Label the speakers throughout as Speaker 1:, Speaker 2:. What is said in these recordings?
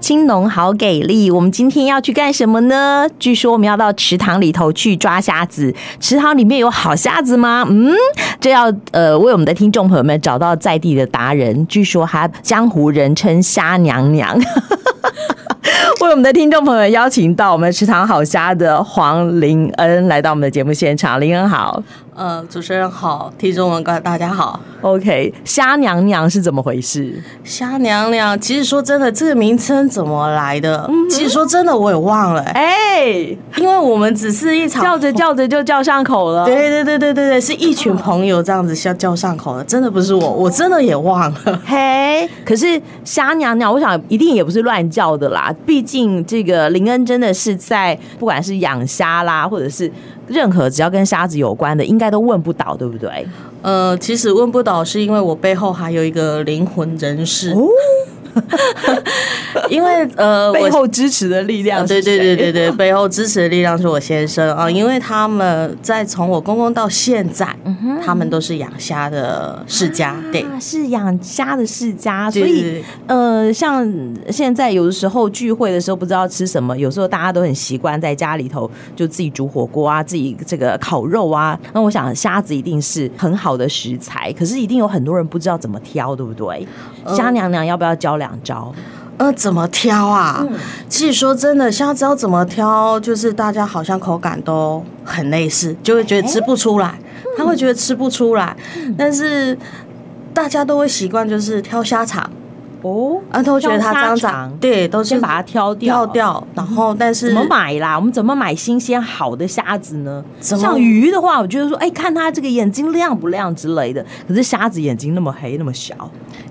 Speaker 1: 青农好给力！我们今天要去干什么呢？据说我们要到池塘里头去抓虾子。池塘里面有好虾子吗？嗯，这要呃为我们的听众朋友们找到在地的达人。据说他江湖人称虾娘娘。 为我们的听众朋友邀请到我们池塘好虾的黄林恩来到我们的节目现场。林恩好
Speaker 2: 呃，主持人好，听众们大大家好。
Speaker 1: ，OK，虾娘娘是怎么回事？
Speaker 2: 虾娘娘，其实说真的，这个名称怎么来的？其实说真的，我也忘了、
Speaker 1: 哎、
Speaker 2: 因为我们只是一场
Speaker 1: 叫着叫着就叫上口了。
Speaker 2: 对对对对对对，是一群朋友这样子叫叫上口的，真的不是我，我真的也忘了。
Speaker 1: 嘿，可是虾娘娘，我想一定也不是乱叫的啦。毕竟这个林恩真的是在不管是养虾啦，或者是任何只要跟虾子有关的，应该都问不倒，对不对？
Speaker 2: 呃，其实问不倒是因为我背后还有一个灵魂人士，
Speaker 1: 哦，
Speaker 2: 因为 呃，我
Speaker 1: 背后支持的力量
Speaker 2: 啊
Speaker 1: 是
Speaker 2: 对
Speaker 1: 谁、嗯
Speaker 2: 对对对对，背后支持的力量是我先生啊、因为他们在从我公公到现在，他们都是养虾的世家，对。
Speaker 1: 嗯啊，是养虾的世家，所
Speaker 2: 对对
Speaker 1: 以
Speaker 2: 对
Speaker 1: 呃，像现在有的时候聚会的时候不知道吃什么，有时候大家都很习惯在家里头就自己煮火锅啊，自己这个烤肉啊。那我想虾子一定是很好的食材，可是一定有很多人不知道怎么挑，对不对？虾娘娘要不要教两招？
Speaker 2: 呃，怎么挑啊？
Speaker 1: 嗯
Speaker 2: 其实说真的，虾子要怎么挑，就是大家好像口感都很类似，就会觉得吃不出
Speaker 1: 哎
Speaker 2: 来，他会觉得吃不出来，
Speaker 1: 嗯
Speaker 2: 但是大家都会习惯就是挑虾肠，
Speaker 1: 哦，
Speaker 2: 啊，都觉得它
Speaker 1: 挑虾
Speaker 2: 脏
Speaker 1: 肠
Speaker 2: 脏，对，都是
Speaker 1: 先把它挑掉嗯
Speaker 2: 挑掉，然后但是
Speaker 1: 怎么买啦？我们怎么买新鲜好的虾子呢？
Speaker 2: 怎么
Speaker 1: 像鱼的话，我觉得说，哎、看它这个眼睛亮不亮之类的。可是虾子眼睛那么黑，那么小，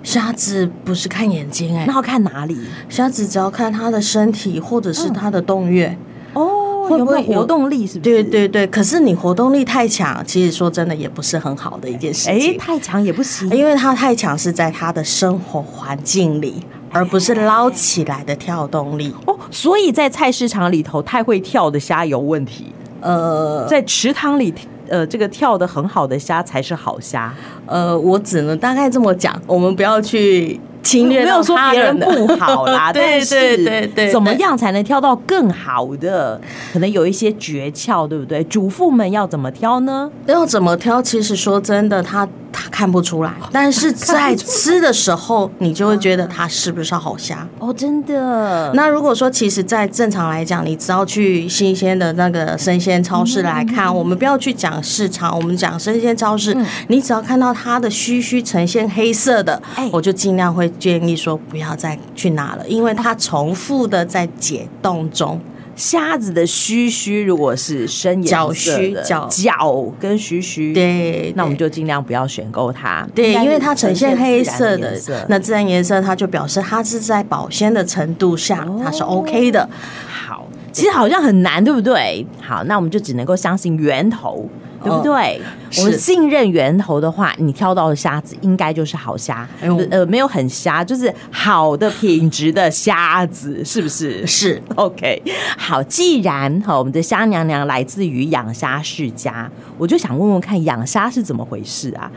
Speaker 2: 虾子不是看眼睛哎、
Speaker 1: 那要看哪里？
Speaker 2: 虾子只要看它的身体或者
Speaker 1: 嗯
Speaker 2: 是它的洞穴。
Speaker 1: 哦，
Speaker 2: 会
Speaker 1: 有
Speaker 2: 不
Speaker 1: 没
Speaker 2: 会
Speaker 1: 有活动力？是不
Speaker 2: 对
Speaker 1: 是？。
Speaker 2: 对对，可是你活动力太强，其实说真的也不是很好的一件事
Speaker 1: 哎，
Speaker 2: 情，哎
Speaker 1: 太强也不行。
Speaker 2: 因为它太强是在它的生活环境里，而不是捞起来的跳动力。
Speaker 1: 哦，所以在菜市场里头，太会跳的虾有问题，
Speaker 2: 呃
Speaker 1: 在池塘里，呃，这个跳的很好的虾才是好虾。
Speaker 2: 呃，我只能大概这么讲，我们不要去侵略
Speaker 1: 没有
Speaker 2: 到
Speaker 1: 说
Speaker 2: 他
Speaker 1: 别人
Speaker 2: 的
Speaker 1: 不好 啦，但
Speaker 2: 对对
Speaker 1: 是
Speaker 2: 对对，
Speaker 1: 怎么
Speaker 2: 对？
Speaker 1: 样才能挑到更好的？可能有一些诀窍，对不对？主妇们要怎么挑呢？
Speaker 2: 要怎么挑？其实说真的，他他看不出来，但 是在吃的时候，你就会觉得它是不是好虾。
Speaker 1: 哦，真的，
Speaker 2: 那如果说，其实，在正常来讲，你只要去新鲜的那个生鲜超市来看，
Speaker 1: 嗯
Speaker 2: 我们不要去讲市场，我们讲生鲜超市，你只要看到它的须须呈现黑色的，
Speaker 1: 哎
Speaker 2: 我就尽量会建议说不要再去拿了，因为它
Speaker 1: 哎
Speaker 2: 重复的在解冻中。
Speaker 1: 虾子的须须如果是深颜
Speaker 2: 角
Speaker 1: 色
Speaker 2: 须
Speaker 1: 的
Speaker 2: 角
Speaker 1: 角跟须须，
Speaker 2: 对，
Speaker 1: 嗯那我们
Speaker 2: 对。
Speaker 1: 就尽量不要选购它。
Speaker 2: 对，
Speaker 1: 应该
Speaker 2: 因为它
Speaker 1: 是
Speaker 2: 呈现黑色
Speaker 1: 自然
Speaker 2: 的
Speaker 1: 颜色，
Speaker 2: 那自然颜色它就表示它是在保鲜的程度下，它是
Speaker 1: 哦
Speaker 2: OK 的。
Speaker 1: 好，其实好像很难，对不对？好，那我们就只能够相信源头，对不对？我们
Speaker 2: 哦是
Speaker 1: 信任源头的话，你挑到的虾子应该就是好虾，
Speaker 2: 哎呦
Speaker 1: 呃，没有很虾，就是好的品质的虾子，是不是？
Speaker 2: 是，
Speaker 1: OK，好，既然哈我们的虾娘娘来自于养虾世家，我就想问问看养虾是怎么回事啊？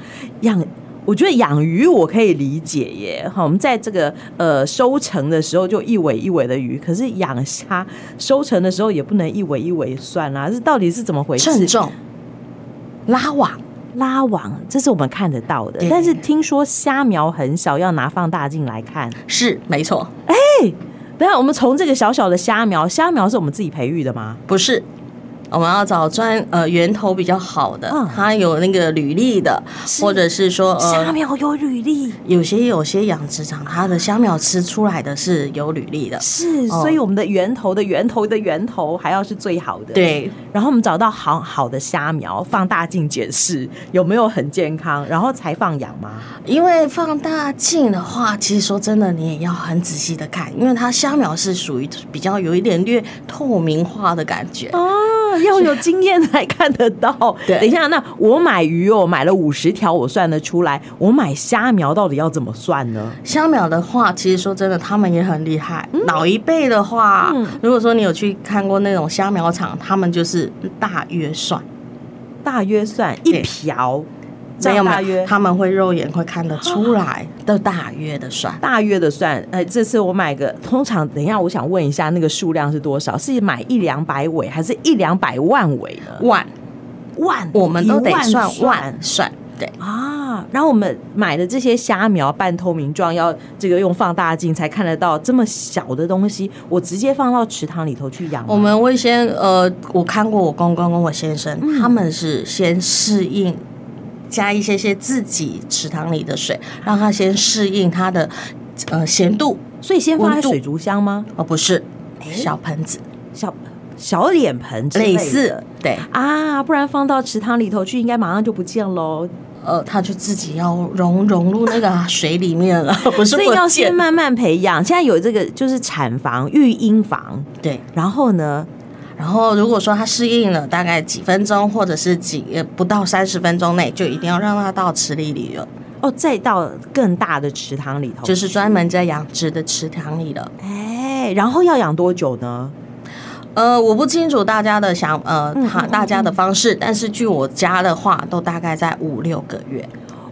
Speaker 1: 养，我觉得养鱼我可以理解耶，哈，我们在这个呃收成的时候就一尾一尾的鱼，可是养虾收成的时候也不能一尾一尾算啦、这到底是怎么回事？
Speaker 2: 称重、拉网。
Speaker 1: 拉网，这是我们看得到的，
Speaker 2: 对
Speaker 1: 但是听说虾苗很小，要拿放大镜来看。
Speaker 2: 是，没错，
Speaker 1: 等一下我们从这个小小的虾苗，虾苗是我们自己培育的吗？
Speaker 2: 不是。我们要找专呃源头比较好的
Speaker 1: 嗯，
Speaker 2: 它有那个履历的，
Speaker 1: 是
Speaker 2: 或者是说
Speaker 1: 虾
Speaker 2: 呃
Speaker 1: 苗有履历。
Speaker 2: 有些有些养殖场它的虾苗吃出来的是有履历的，
Speaker 1: 是，
Speaker 2: 哦
Speaker 1: 所以我们的源头的源头的源头还要是最好的。，
Speaker 2: 对，
Speaker 1: 然后我们找到好好的虾苗，放大镜检视有没有很健康，然后才放养吗？
Speaker 2: 因为放大镜的话，其实说真的，你也要很仔细的看，因为它虾苗是属于比较有一点略透明化的感觉，
Speaker 1: 啊，要有经验才看得到。
Speaker 2: 对
Speaker 1: 等一下，那我买鱼哦，买了五十条，我算得出来。我买虾苗到底要怎么算呢？
Speaker 2: 虾苗的话，其实说真的，他们也很厉害。老一辈的话，
Speaker 1: 嗯
Speaker 2: 如果说你有去看过那种虾苗场，他们就是大约算，
Speaker 1: 大约算一
Speaker 2: 对
Speaker 1: 瓢这
Speaker 2: 没
Speaker 1: 样
Speaker 2: 有没
Speaker 1: 大约
Speaker 2: 有，他们会肉眼会看得出来的，大约的算。
Speaker 1: 大约的算，呃，这次我买个，通常等一下，我想问一下那个数量是多少？是买一两百尾，还是一两百 万尾呢？
Speaker 2: 万，
Speaker 1: 万，
Speaker 2: 我们都得
Speaker 1: 一
Speaker 2: 算万算，对，
Speaker 1: 啊。然后我们买的这些虾苗半透明状，要这个用放大镜才看得到这么小的东西，我直接放到池塘里头去养吗。
Speaker 2: 我们会先呃，我看过我公公跟我先生，
Speaker 1: 嗯
Speaker 2: 他们是先适应。加一些些自己池塘里的水，让它先适应它的呃咸度，
Speaker 1: 所以先放在
Speaker 2: 温度
Speaker 1: 水族箱吗？
Speaker 2: 而不是小盆子，
Speaker 1: 小小脸盆之类
Speaker 2: 类
Speaker 1: 的
Speaker 2: 似对，
Speaker 1: 啊，不然放到池塘里头去，应该马上就不见喽。
Speaker 2: 呃，它就自己要融融入那个水里面了， 不是
Speaker 1: 所以
Speaker 2: 不
Speaker 1: 要先
Speaker 2: 见
Speaker 1: 慢慢培养。现在有这个就是产房、育婴房，
Speaker 2: 对。
Speaker 1: 然后呢，
Speaker 2: 然后如果说它适应了，大概几分钟或者是几呃不到三十分钟内，就一定要让它到池里里了，
Speaker 1: 哦，再到更大的池塘里头，
Speaker 2: 就是专。门在养殖的池塘里了。
Speaker 1: 哎，然后要养多久呢？
Speaker 2: 呃，我不清楚大家的想呃
Speaker 1: 嗯
Speaker 2: 他
Speaker 1: 嗯
Speaker 2: 大家的方式，但是据我家的话，都大概在五六个月。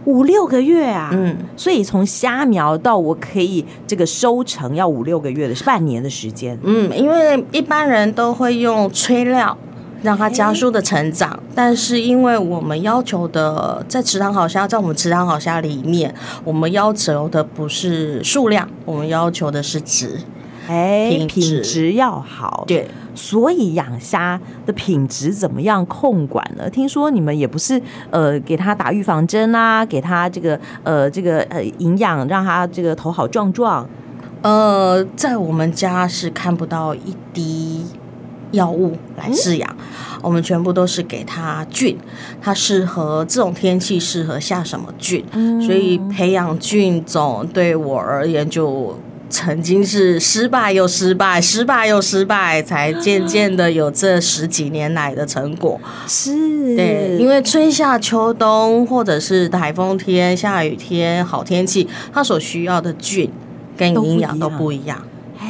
Speaker 1: 五六个月啊，
Speaker 2: 嗯，
Speaker 1: 所以从虾苗到我可以这个收成要五六个月的，是半年的时间。
Speaker 2: 嗯，因为一般人都会用催料让它加速的成长，但是因为我们要求的在池塘好虾，在我们池塘好虾里面，我们要求的不是数量，我们要求的是值。
Speaker 1: 哎，
Speaker 2: 品质
Speaker 1: 品质要好，
Speaker 2: 对，
Speaker 1: 所以养虾的品质怎么样控管呢？听说你们也不是呃给它打预防针啊，给它这个呃这个呃营养，让它这个头好壮壮。
Speaker 2: 呃，在我们家是看不到一滴药物来饲养，我们全部都是给它菌，它适合这种天气适合下什么菌，
Speaker 1: 嗯
Speaker 2: 所以培养菌种对我而言就。曾经是失败又失败，失败又失败，才渐渐的有这十几年来的成果。
Speaker 1: 是，
Speaker 2: 对，因为春夏秋冬或者是台风天、下雨天、好天气，它所需要的菌跟
Speaker 1: 都不
Speaker 2: 营养
Speaker 1: 一
Speaker 2: 都
Speaker 1: 样
Speaker 2: 不一样。
Speaker 1: 哎，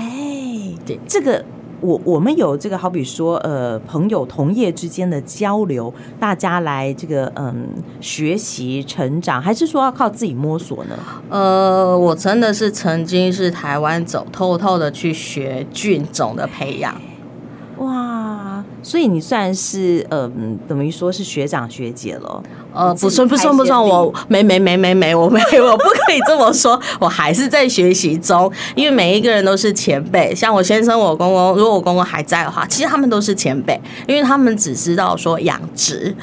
Speaker 2: 对
Speaker 1: 这个。我我们有这个，好比说，呃，朋友同业之间的交流，大家来这个，嗯，学习成长，还是说要靠自己摸索呢？
Speaker 2: 呃，我真的是曾经是台湾走透透的去学菌种的培养，
Speaker 1: 哇，所以你算是，呃嗯、等于说是学长学姐了。
Speaker 2: 呃，
Speaker 1: 自
Speaker 2: 不
Speaker 1: 己
Speaker 2: 算不算
Speaker 1: 开
Speaker 2: 不算，
Speaker 1: 先例
Speaker 2: 我没没没没没，我没 我不可以这么说，我还是在学习中，因为每一个人都是前辈，像我先生、我公公，如果我公公还在的话，其实他们都是前辈，因为他们只知道说养殖。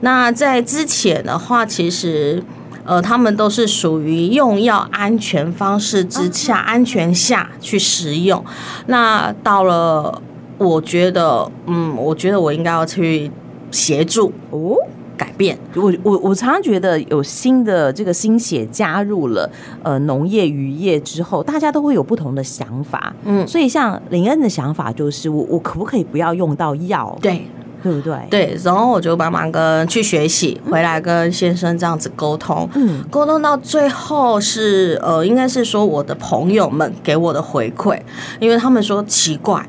Speaker 2: 那在之前的话，其实。呃，他们都是属于用药安全方式
Speaker 1: 嗯
Speaker 2: 之下、安全下去食用。那到了，我觉得，嗯，我觉得我应该要去协助
Speaker 1: 哦，
Speaker 2: 改变。
Speaker 1: 我我我常常觉得有新的这个新血加入了呃农业渔业之后，大家都会有不同的想法。
Speaker 2: 嗯
Speaker 1: 所以像林恩的想法就是，我我可不可以不要用到药，
Speaker 2: 对
Speaker 1: 对不对？，
Speaker 2: 对，然后我就帮忙跟去学习，回来跟先生这样子沟通。
Speaker 1: 嗯，
Speaker 2: 沟通到最后是呃，应该是说我的朋友们给我的回馈，因为他们说奇怪，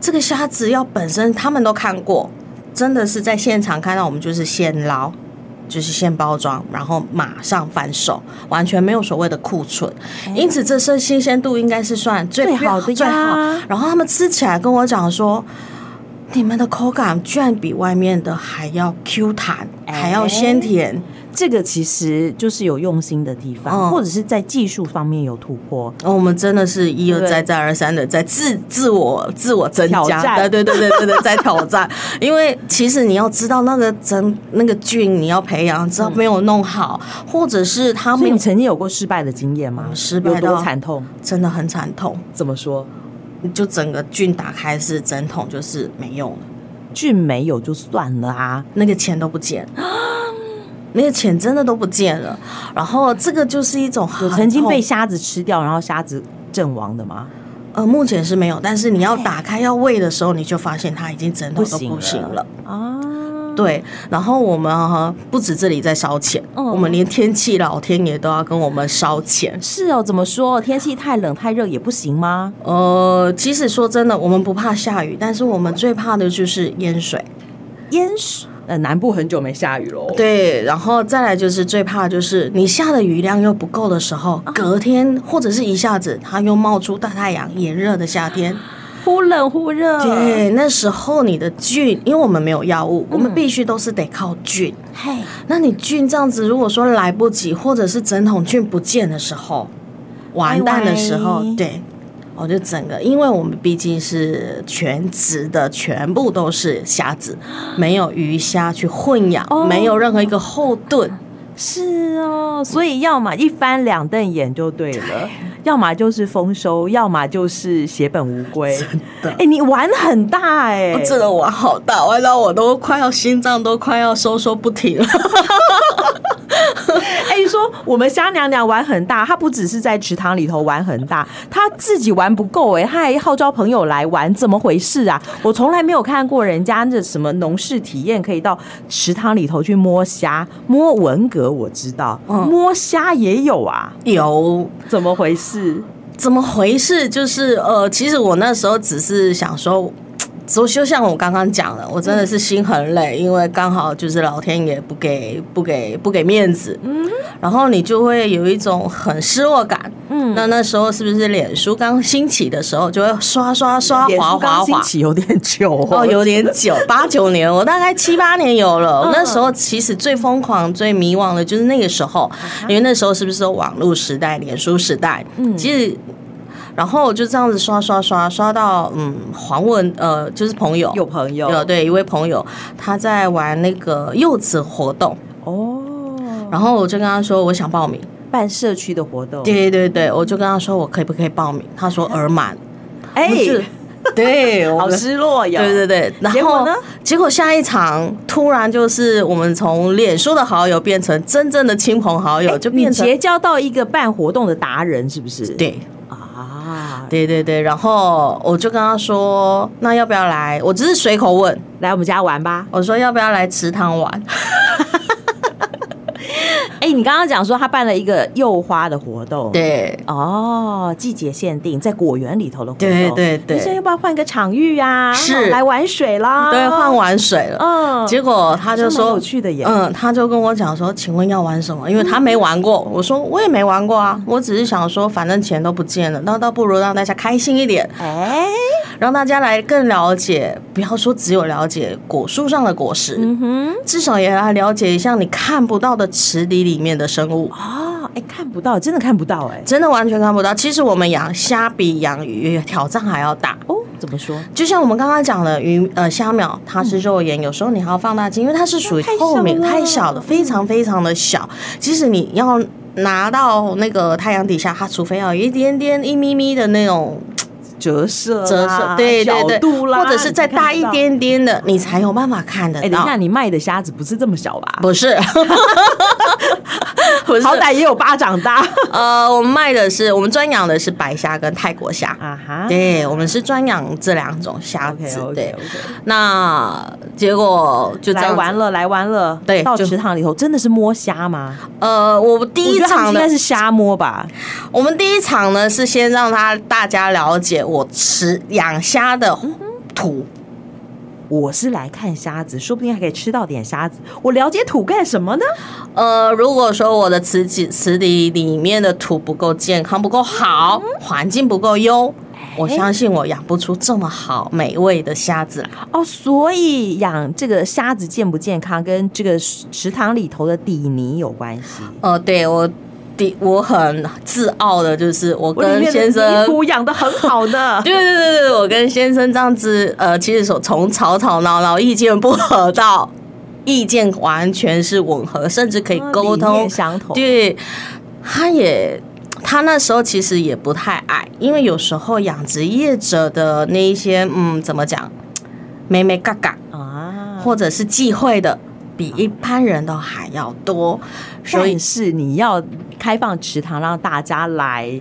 Speaker 2: 这个虾子要本身他们都看过，真的是在现场看到我们就是现捞，就是现包装，然后马上贩售，完全没有所谓的库存，因此这次新鲜度应该是算最
Speaker 1: 最好的
Speaker 2: 最好
Speaker 1: 呀。
Speaker 2: 然后他们吃起来跟我讲说。你们的口感居然比外面的还要 Q 弹，
Speaker 1: 哎
Speaker 2: 还要鲜甜。
Speaker 1: 这个其实就是有用心的地方，
Speaker 2: 嗯
Speaker 1: 或者是在技术方面有突破。
Speaker 2: 哦我们真的是一而
Speaker 1: 对
Speaker 2: 再、再而三的在自自我自我增
Speaker 1: 挑
Speaker 2: 加，
Speaker 1: 战
Speaker 2: 对对对对对对，在挑战。 因为其实你要知道那个真那个菌你要培养，知道没有弄好，或者是他
Speaker 1: 嗯所以
Speaker 2: 们
Speaker 1: 你曾哦经有过失败的经验吗？
Speaker 2: 失败
Speaker 1: 有
Speaker 2: 到
Speaker 1: 多惨痛？
Speaker 2: 真的很惨痛，
Speaker 1: 怎么说？
Speaker 2: 就整个菌打开是整桶就是没用了，
Speaker 1: 菌没有就算了啊，
Speaker 2: 那个钱都不见了。 那个钱真的都不见了，然后这个就是一种
Speaker 1: 有
Speaker 2: 很
Speaker 1: 曾经
Speaker 2: 痛
Speaker 1: 被虾子吃掉，然后虾子阵亡的吗？
Speaker 2: 呃目前是没有，但是你要打开要喂的时候，你就发现它已经整桶都
Speaker 1: 不行
Speaker 2: 不行
Speaker 1: 了
Speaker 2: 了。
Speaker 1: 啊，
Speaker 2: 对，然后我们哈不止这里在烧钱，
Speaker 1: 嗯
Speaker 2: 我们连天气老天爷都要跟我们烧钱。
Speaker 1: 是哦，怎么说？天气太冷太热也不行吗？
Speaker 2: 呃，其实说真的，我们不怕下雨，但是我们最怕的就是淹水。
Speaker 1: 淹水，呃，南部很久没下雨喽。
Speaker 2: 对，然后再来就是最怕就是你下的雨量又不够的时候，隔天或者是一下子它又冒出大太阳，炎热的夏天。
Speaker 1: 忽冷忽热。
Speaker 2: 对，那时候你的菌，因为我们没有药物，我们必须都是得靠菌。
Speaker 1: 嘿，
Speaker 2: 那你菌这样子，如果说来不及，或者是整桶菌不见的时候，完蛋的时候
Speaker 1: 拜，拜
Speaker 2: 对，我就整个，因为我们毕竟是全职的，全部都是虾子，没有鱼虾去混养，
Speaker 1: 哦
Speaker 2: 没有任何一个后盾。
Speaker 1: 是哦，所以要么一翻两瞪眼就对了，要么就是丰收，要么就是血本无归。
Speaker 2: 的哦
Speaker 1: 哎、你玩很大哎、
Speaker 2: 这个玩好大，玩到我都快要心脏都快要收缩 不停了。
Speaker 1: 哎、你说我们虾娘娘玩很大，她不只是在池塘里头玩很大，她自己玩不够哎、她还号召朋友来玩，怎么回事啊？我从来没有看过人家这什么农事体验可以到池塘里头去摸虾、摸文蛤，我知道，
Speaker 2: 嗯
Speaker 1: 摸虾也有啊，
Speaker 2: 有
Speaker 1: 怎么回事？
Speaker 2: 怎么回事？就是呃，其实我那时候只是想说，就就像我刚刚讲的，我真的是心很累，因为刚好就是老天爷不给不给不给面子，嗯，然后你就会有一种很失落感。
Speaker 1: 嗯
Speaker 2: 那那时候是不是脸书刚兴起的时候，就会刷刷刷
Speaker 1: 脸
Speaker 2: 滑
Speaker 1: 书
Speaker 2: 滑
Speaker 1: 刚兴
Speaker 2: 滑？
Speaker 1: 起有点久
Speaker 2: 哦，有点久，八九年，我大概七八年有了。我那时
Speaker 1: 嗯
Speaker 2: 候其实最疯狂、最迷惘的就是那个时
Speaker 1: 啊
Speaker 2: 候，因为那时候是不是有网络时代、脸书时代？
Speaker 1: 嗯
Speaker 2: 其实。然后我就这样子刷刷刷刷到嗯黄文呃就是朋友
Speaker 1: 有朋友
Speaker 2: 有对一位朋友他在玩那个柚子活动，
Speaker 1: 哦，
Speaker 2: 然后我就跟他说我想报名，
Speaker 1: 办社区的活动，
Speaker 2: 对对对，我就跟他说我可以不可以报名，他说额满，
Speaker 1: 哎、
Speaker 2: 我就对，我
Speaker 1: 好
Speaker 2: 们
Speaker 1: 失落呀。
Speaker 2: 对对对，然后
Speaker 1: 结果呢？
Speaker 2: 结果下一场突然就是我们从脸书的好友变成真正的亲朋好友，
Speaker 1: 哎
Speaker 2: 就
Speaker 1: 你
Speaker 2: 变成
Speaker 1: 结交到一个办活动的达人，是不是？
Speaker 2: 对
Speaker 1: 啊，
Speaker 2: 对对对。然后我就跟他说，那要不要来？我只是随口问，
Speaker 1: 来我们家玩吧。
Speaker 2: 我说要不要来池塘玩？
Speaker 1: 哎、你刚刚讲说他办了一个幼花的活动，。
Speaker 2: 对
Speaker 1: 哦，季节限定在果园里头的活动，
Speaker 2: 对对对
Speaker 1: 医生要不要换个场域啊？
Speaker 2: 是
Speaker 1: 来玩水啦，
Speaker 2: 对，换，玩水了。
Speaker 1: 嗯，
Speaker 2: 结果他就
Speaker 1: 这蛮
Speaker 2: 说
Speaker 1: 有趣的耶
Speaker 2: 嗯，他就跟我讲说，请问要玩什么？因为他没玩过，我说我也没玩过啊，我只是想说，反正钱都不见了，那倒不如让大家开心一点。
Speaker 1: 哎、
Speaker 2: 让大家来更了解，不要说只有了解果树上的果实，
Speaker 1: 嗯哼，
Speaker 2: 至少也来了解一下你看不到的池底里面的生物，
Speaker 1: 哦，哎、看不到，真的看不到、哎，
Speaker 2: 真的完全看不到。其实我们养虾比养鱼挑战还要大。
Speaker 1: 哦，怎么说？
Speaker 2: 就像我们刚刚讲的鱼，呃，虾苗它是肉眼，有时候你还要放大镜，因为它是属于
Speaker 1: 太小
Speaker 2: 透明、
Speaker 1: 了
Speaker 2: 太小了，非常非常的小。即使你要拿到那个太阳底下，它除非要有一点点一咪咪的那种
Speaker 1: 折射啦、
Speaker 2: 折射，对对对，
Speaker 1: 角度啦，
Speaker 2: 或者是再大一
Speaker 1: 你看不到。嗯
Speaker 2: 点点的，你才有办法看得
Speaker 1: 哎、等一
Speaker 2: 到
Speaker 1: 下，。你卖的虾子不是这么小吧？
Speaker 2: 不是，不是
Speaker 1: 好，歹也有巴掌啊大
Speaker 2: 呃，我们卖的是我们专养的是白虾跟泰国虾，
Speaker 1: 啊哈。
Speaker 2: 对，我们是专养这两种虾子
Speaker 1: OK，OK，OK，
Speaker 2: 对，那结果就这
Speaker 1: 来
Speaker 2: 样
Speaker 1: 玩
Speaker 2: 了。
Speaker 1: 了，来玩了。
Speaker 2: 对
Speaker 1: 到
Speaker 2: 就
Speaker 1: 池塘里头真的是摸虾吗？
Speaker 2: 呃，我第一
Speaker 1: 我觉得他们
Speaker 2: 场
Speaker 1: 应
Speaker 2: 呢
Speaker 1: 该，是瞎摸吧。
Speaker 2: 我们第一场呢是先让他大家了解我吃养虾的
Speaker 1: 嗯
Speaker 2: 图。
Speaker 1: 我是来看虾子，说不定还可以吃到点虾子。我了解土干什么呢？
Speaker 2: 呃，如果说我的池底池底里面的土不够健康、不够好，环境不够优，我相信我养不出这么好美味的虾子来。
Speaker 1: 哦，所以养这个虾子健不健康，跟这个池塘里头的底泥有关系。
Speaker 2: 呃，对我的我很自傲的，就是我
Speaker 1: 我里
Speaker 2: 跟
Speaker 1: 面
Speaker 2: 先
Speaker 1: 的泥
Speaker 2: 生。
Speaker 1: 土养的很好 呢。
Speaker 2: 对对对对，我跟先生这样子，呃，其实从从吵吵闹闹、意见不合到意见完全是吻合，甚至可以沟
Speaker 1: 哦理
Speaker 2: 通
Speaker 1: 念。相同。
Speaker 2: 对，他也他那时候其实也不太爱，因为有时候养殖业者的那一些，嗯，怎么讲，美美嘎嘎，
Speaker 1: 啊，
Speaker 2: 或者是忌讳的，比一般人都还要多，所以
Speaker 1: 但是你要开放池塘让大家来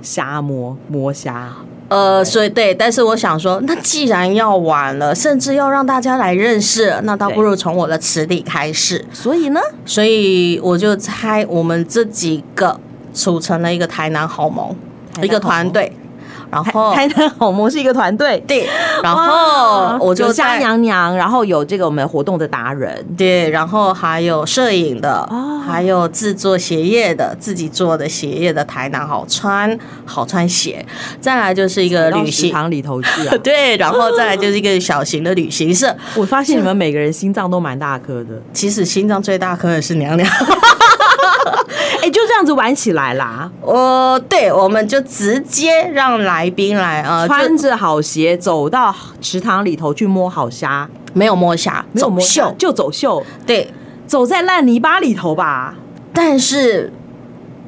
Speaker 1: 瞎摸摸虾，
Speaker 2: 呃，所以对，但是我想说，那既然要玩了，甚至要让大家来认识，那倒不如从我的池底开始。
Speaker 1: 所以呢，
Speaker 2: 所以我就猜我们这几个组成了一个台南好盟
Speaker 1: 台南好盟
Speaker 2: 一个团队。然后
Speaker 1: 台南好萌是一个团队，
Speaker 2: 对，然
Speaker 1: 哇
Speaker 2: 后我就
Speaker 1: 有家
Speaker 2: 在
Speaker 1: 娘娘，然后有这个我们活动的达人，
Speaker 2: 对，然后还有摄影的，
Speaker 1: 哦
Speaker 2: 还有制作鞋业的，自己做的鞋业的台南好穿好穿鞋，再来就是一个
Speaker 1: 到
Speaker 2: 旅
Speaker 1: 食
Speaker 2: 行，。
Speaker 1: 堂里头去 啊
Speaker 2: 对，然后再来就是一个小型的旅行社。
Speaker 1: 我发现你们每个人心脏都蛮大颗的，
Speaker 2: 其实心脏最大颗的是娘娘，
Speaker 1: 哎、就这样子玩起来啦，
Speaker 2: 我哦对，我们就直接让来宾来，呃，就
Speaker 1: 穿着好鞋走到池塘里头去摸好虾，
Speaker 2: 没有摸虾，
Speaker 1: 没有摸虾
Speaker 2: 秀，
Speaker 1: 就走秀，
Speaker 2: 对，
Speaker 1: 走在烂泥巴里头吧。
Speaker 2: 但是。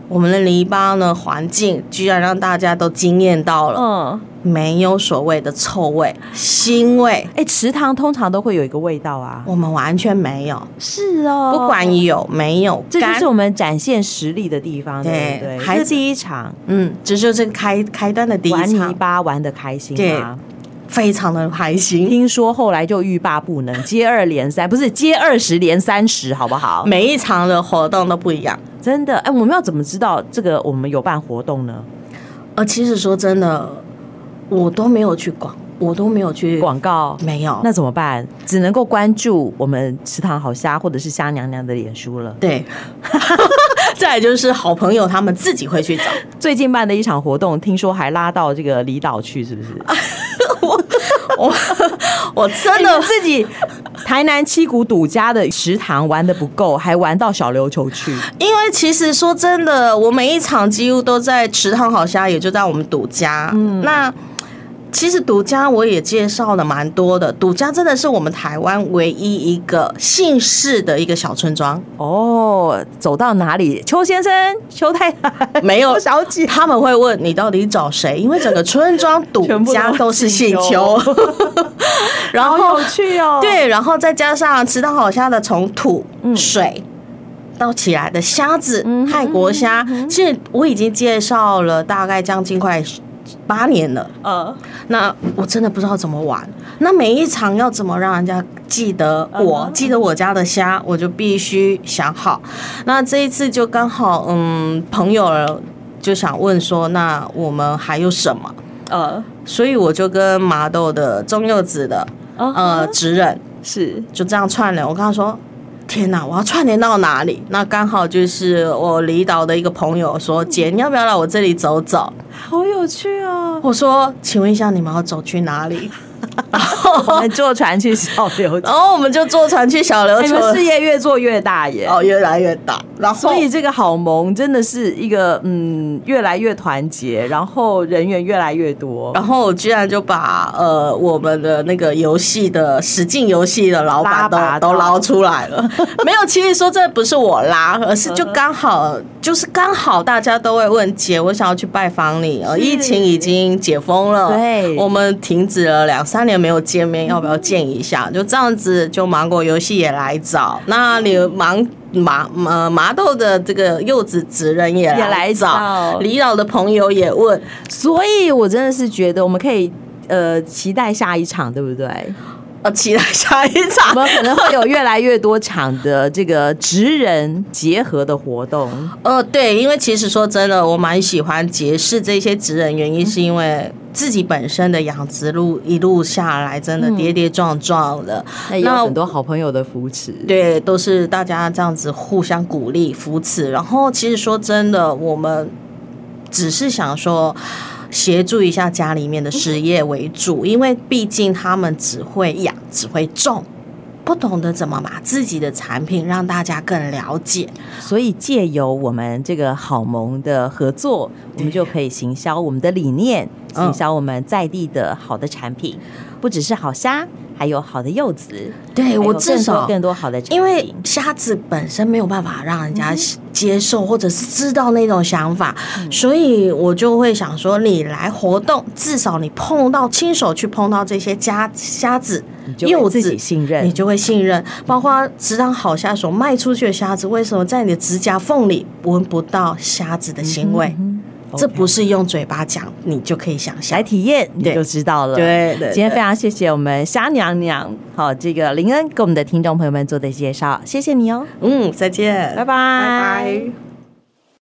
Speaker 2: 我们的篱笆呢，环境居然让大家都惊艳到了，
Speaker 1: 嗯，
Speaker 2: 没有所谓的臭味、腥味，
Speaker 1: 哎、池塘通常都会有一个味道啊。
Speaker 2: 我们完全没有，
Speaker 1: 是哦
Speaker 2: 不管有没有
Speaker 1: 这就
Speaker 2: 干
Speaker 1: 是我们展现实力的地方，对
Speaker 2: 对
Speaker 1: 不对？还
Speaker 2: 孩子
Speaker 1: 是第一场
Speaker 2: 嗯，这就是开开端的第
Speaker 1: 玩
Speaker 2: 一
Speaker 1: 泥
Speaker 2: 场，
Speaker 1: 巴玩的开心吗？
Speaker 2: 非常的开心。
Speaker 1: 听说后来就欲罢不能，接二连三，不是接二十连三十，好不好？
Speaker 2: 每一场的活动都不一样。
Speaker 1: 真的，哎，我们要怎么知道这个我们有办活动呢？
Speaker 2: 呃，其实说真的，我都没有去逛，我都没有去，
Speaker 1: 广告
Speaker 2: 没有。
Speaker 1: 那怎么办？只能够关注我们池塘好虾或者是虾娘娘的脸书了。
Speaker 2: 对， 再来就是好朋友他们自己会去找。
Speaker 1: 最近办的一场活动，听说还拉到这个离岛去，是不是？
Speaker 2: 我 我真
Speaker 1: 真的
Speaker 2: 的
Speaker 1: 自己台南七股赌家的食堂玩的不够，还玩到小琉球去。
Speaker 2: 因为其实说真的，我每一场几乎都在池塘好虾，也就在我们赌家。嗯，那其实赌家我也介绍了蛮多的，赌家真的是我们台湾唯一一个姓氏的一个小村庄，
Speaker 1: 哦，走到哪里？邱先生、邱太太，
Speaker 2: 没有
Speaker 1: 邱小姐，
Speaker 2: 他们会问你到底找谁，因为整个村庄赌
Speaker 1: 全部
Speaker 2: 家
Speaker 1: 都
Speaker 2: 都
Speaker 1: 是
Speaker 2: 是姓
Speaker 1: 姓
Speaker 2: 邱， 然
Speaker 1: 好
Speaker 2: 后
Speaker 1: 有趣哦。，
Speaker 2: 对，然后再加上池塘好虾的从土、
Speaker 1: 嗯
Speaker 2: 水到起来的虾子
Speaker 1: 嗯、哼
Speaker 2: 泰国虾
Speaker 1: 嗯哼，
Speaker 2: 其实我已经介绍了大概将近快八年了。
Speaker 1: 呃，
Speaker 2: 那我真的不知道怎么玩。那每一场要怎么让人家记得
Speaker 1: 嗯
Speaker 2: 我
Speaker 1: 哼，
Speaker 2: 记得我家的虾，我就必须想好。那这一次就刚好，嗯，朋友就想问说，那我们还有什么？
Speaker 1: 呃，
Speaker 2: 所以我就跟麻豆的中柚子的呃
Speaker 1: 呃，
Speaker 2: 职人
Speaker 1: 是
Speaker 2: 就这样串联。我跟他说：“天哪，我要串联到哪里？”那刚好就是我离岛的一个朋友说：“姐，你要不要来我这里走走
Speaker 1: 好有趣？”哦。
Speaker 2: 我说：“请问一下，你们要走去哪里？”
Speaker 1: 我们坐船去小琉球，
Speaker 2: 然后我们就坐船去小琉
Speaker 1: 你
Speaker 2: 球，
Speaker 1: 们事业越做越大耶。
Speaker 2: 哦，越来越大。然后
Speaker 1: 哎所以这个好萌真的是一个嗯，越来越团结，然后人员越来越多，
Speaker 2: 然后我居然就把呃我们的那个游戏的实境游戏的老
Speaker 1: 拉
Speaker 2: 板都
Speaker 1: 拔到
Speaker 2: 都捞出来 了，没有，其实说这不是我拉，而
Speaker 1: 嗯
Speaker 2: 是就刚好就是刚好大家都会问姐，我想要去拜访你，呃，
Speaker 1: 是
Speaker 2: 疫情已经解封了，
Speaker 1: 对嗯
Speaker 2: 我们停止了两三年没有见面，要不要见一下？就这样子，就芒果游戏也来找，那你芒。麻呃麻豆的这个柚子职人也
Speaker 1: 也来
Speaker 2: 来
Speaker 1: 找
Speaker 2: 找，离岛的朋友也问，
Speaker 1: 所以我真的是觉得我们可以呃期待下一场，对不对？
Speaker 2: 呃，期待下一
Speaker 1: 我
Speaker 2: 场。
Speaker 1: 们可能会有越来越多场的这个职人结合的活动，
Speaker 2: 呃，对，因为其实说真的，我蛮喜欢结识这些职人，原因是因为自己本身的养殖路一路下来，真的
Speaker 1: 嗯
Speaker 2: 跌跌撞撞的。
Speaker 1: 那也有很多好朋友的扶持。
Speaker 2: 哎对，都是大家这样子互相鼓励、扶持。然后，其实说真的，我们只是想说协助一下家里面的事业为主，因为毕竟他们只会养、只会种，不懂得怎么把自己的产品让大家更了解。
Speaker 1: 所以借由我们这个好盟的合作，我们就可以行销我们的理念，
Speaker 2: 嗯
Speaker 1: 行销我们在地的好的产品，不只是好虾，还有好的柚子，
Speaker 2: 对
Speaker 1: 还有
Speaker 2: 我
Speaker 1: 更
Speaker 2: 至
Speaker 1: 多
Speaker 2: 少
Speaker 1: 更多好的产品。
Speaker 2: 因为虾子本身没有办法让人家
Speaker 1: 嗯
Speaker 2: 接受或者是知道那种想法，所以我就会想说，你来活动，至少你碰到亲手去碰到这些虾虾子
Speaker 1: 你、就
Speaker 2: 柚
Speaker 1: 会自己
Speaker 2: 子。
Speaker 1: 信
Speaker 2: 你
Speaker 1: 任，
Speaker 2: 就会信任，包括食堂好虾所卖出去的虾子，为什么在你的指甲缝里闻不到虾子的腥味？
Speaker 1: 嗯哼
Speaker 2: 这不
Speaker 1: OK
Speaker 2: 是用嘴巴讲，你就可以想象
Speaker 1: 来。体验你
Speaker 2: 对
Speaker 1: 就知道了。
Speaker 2: 对对
Speaker 1: 今天
Speaker 2: 对
Speaker 1: 非常谢谢我们虾娘娘，好，这个林恩给我们的听众朋友们做的介绍，谢谢你哦，
Speaker 2: 嗯，再见，
Speaker 1: 拜拜
Speaker 2: 拜拜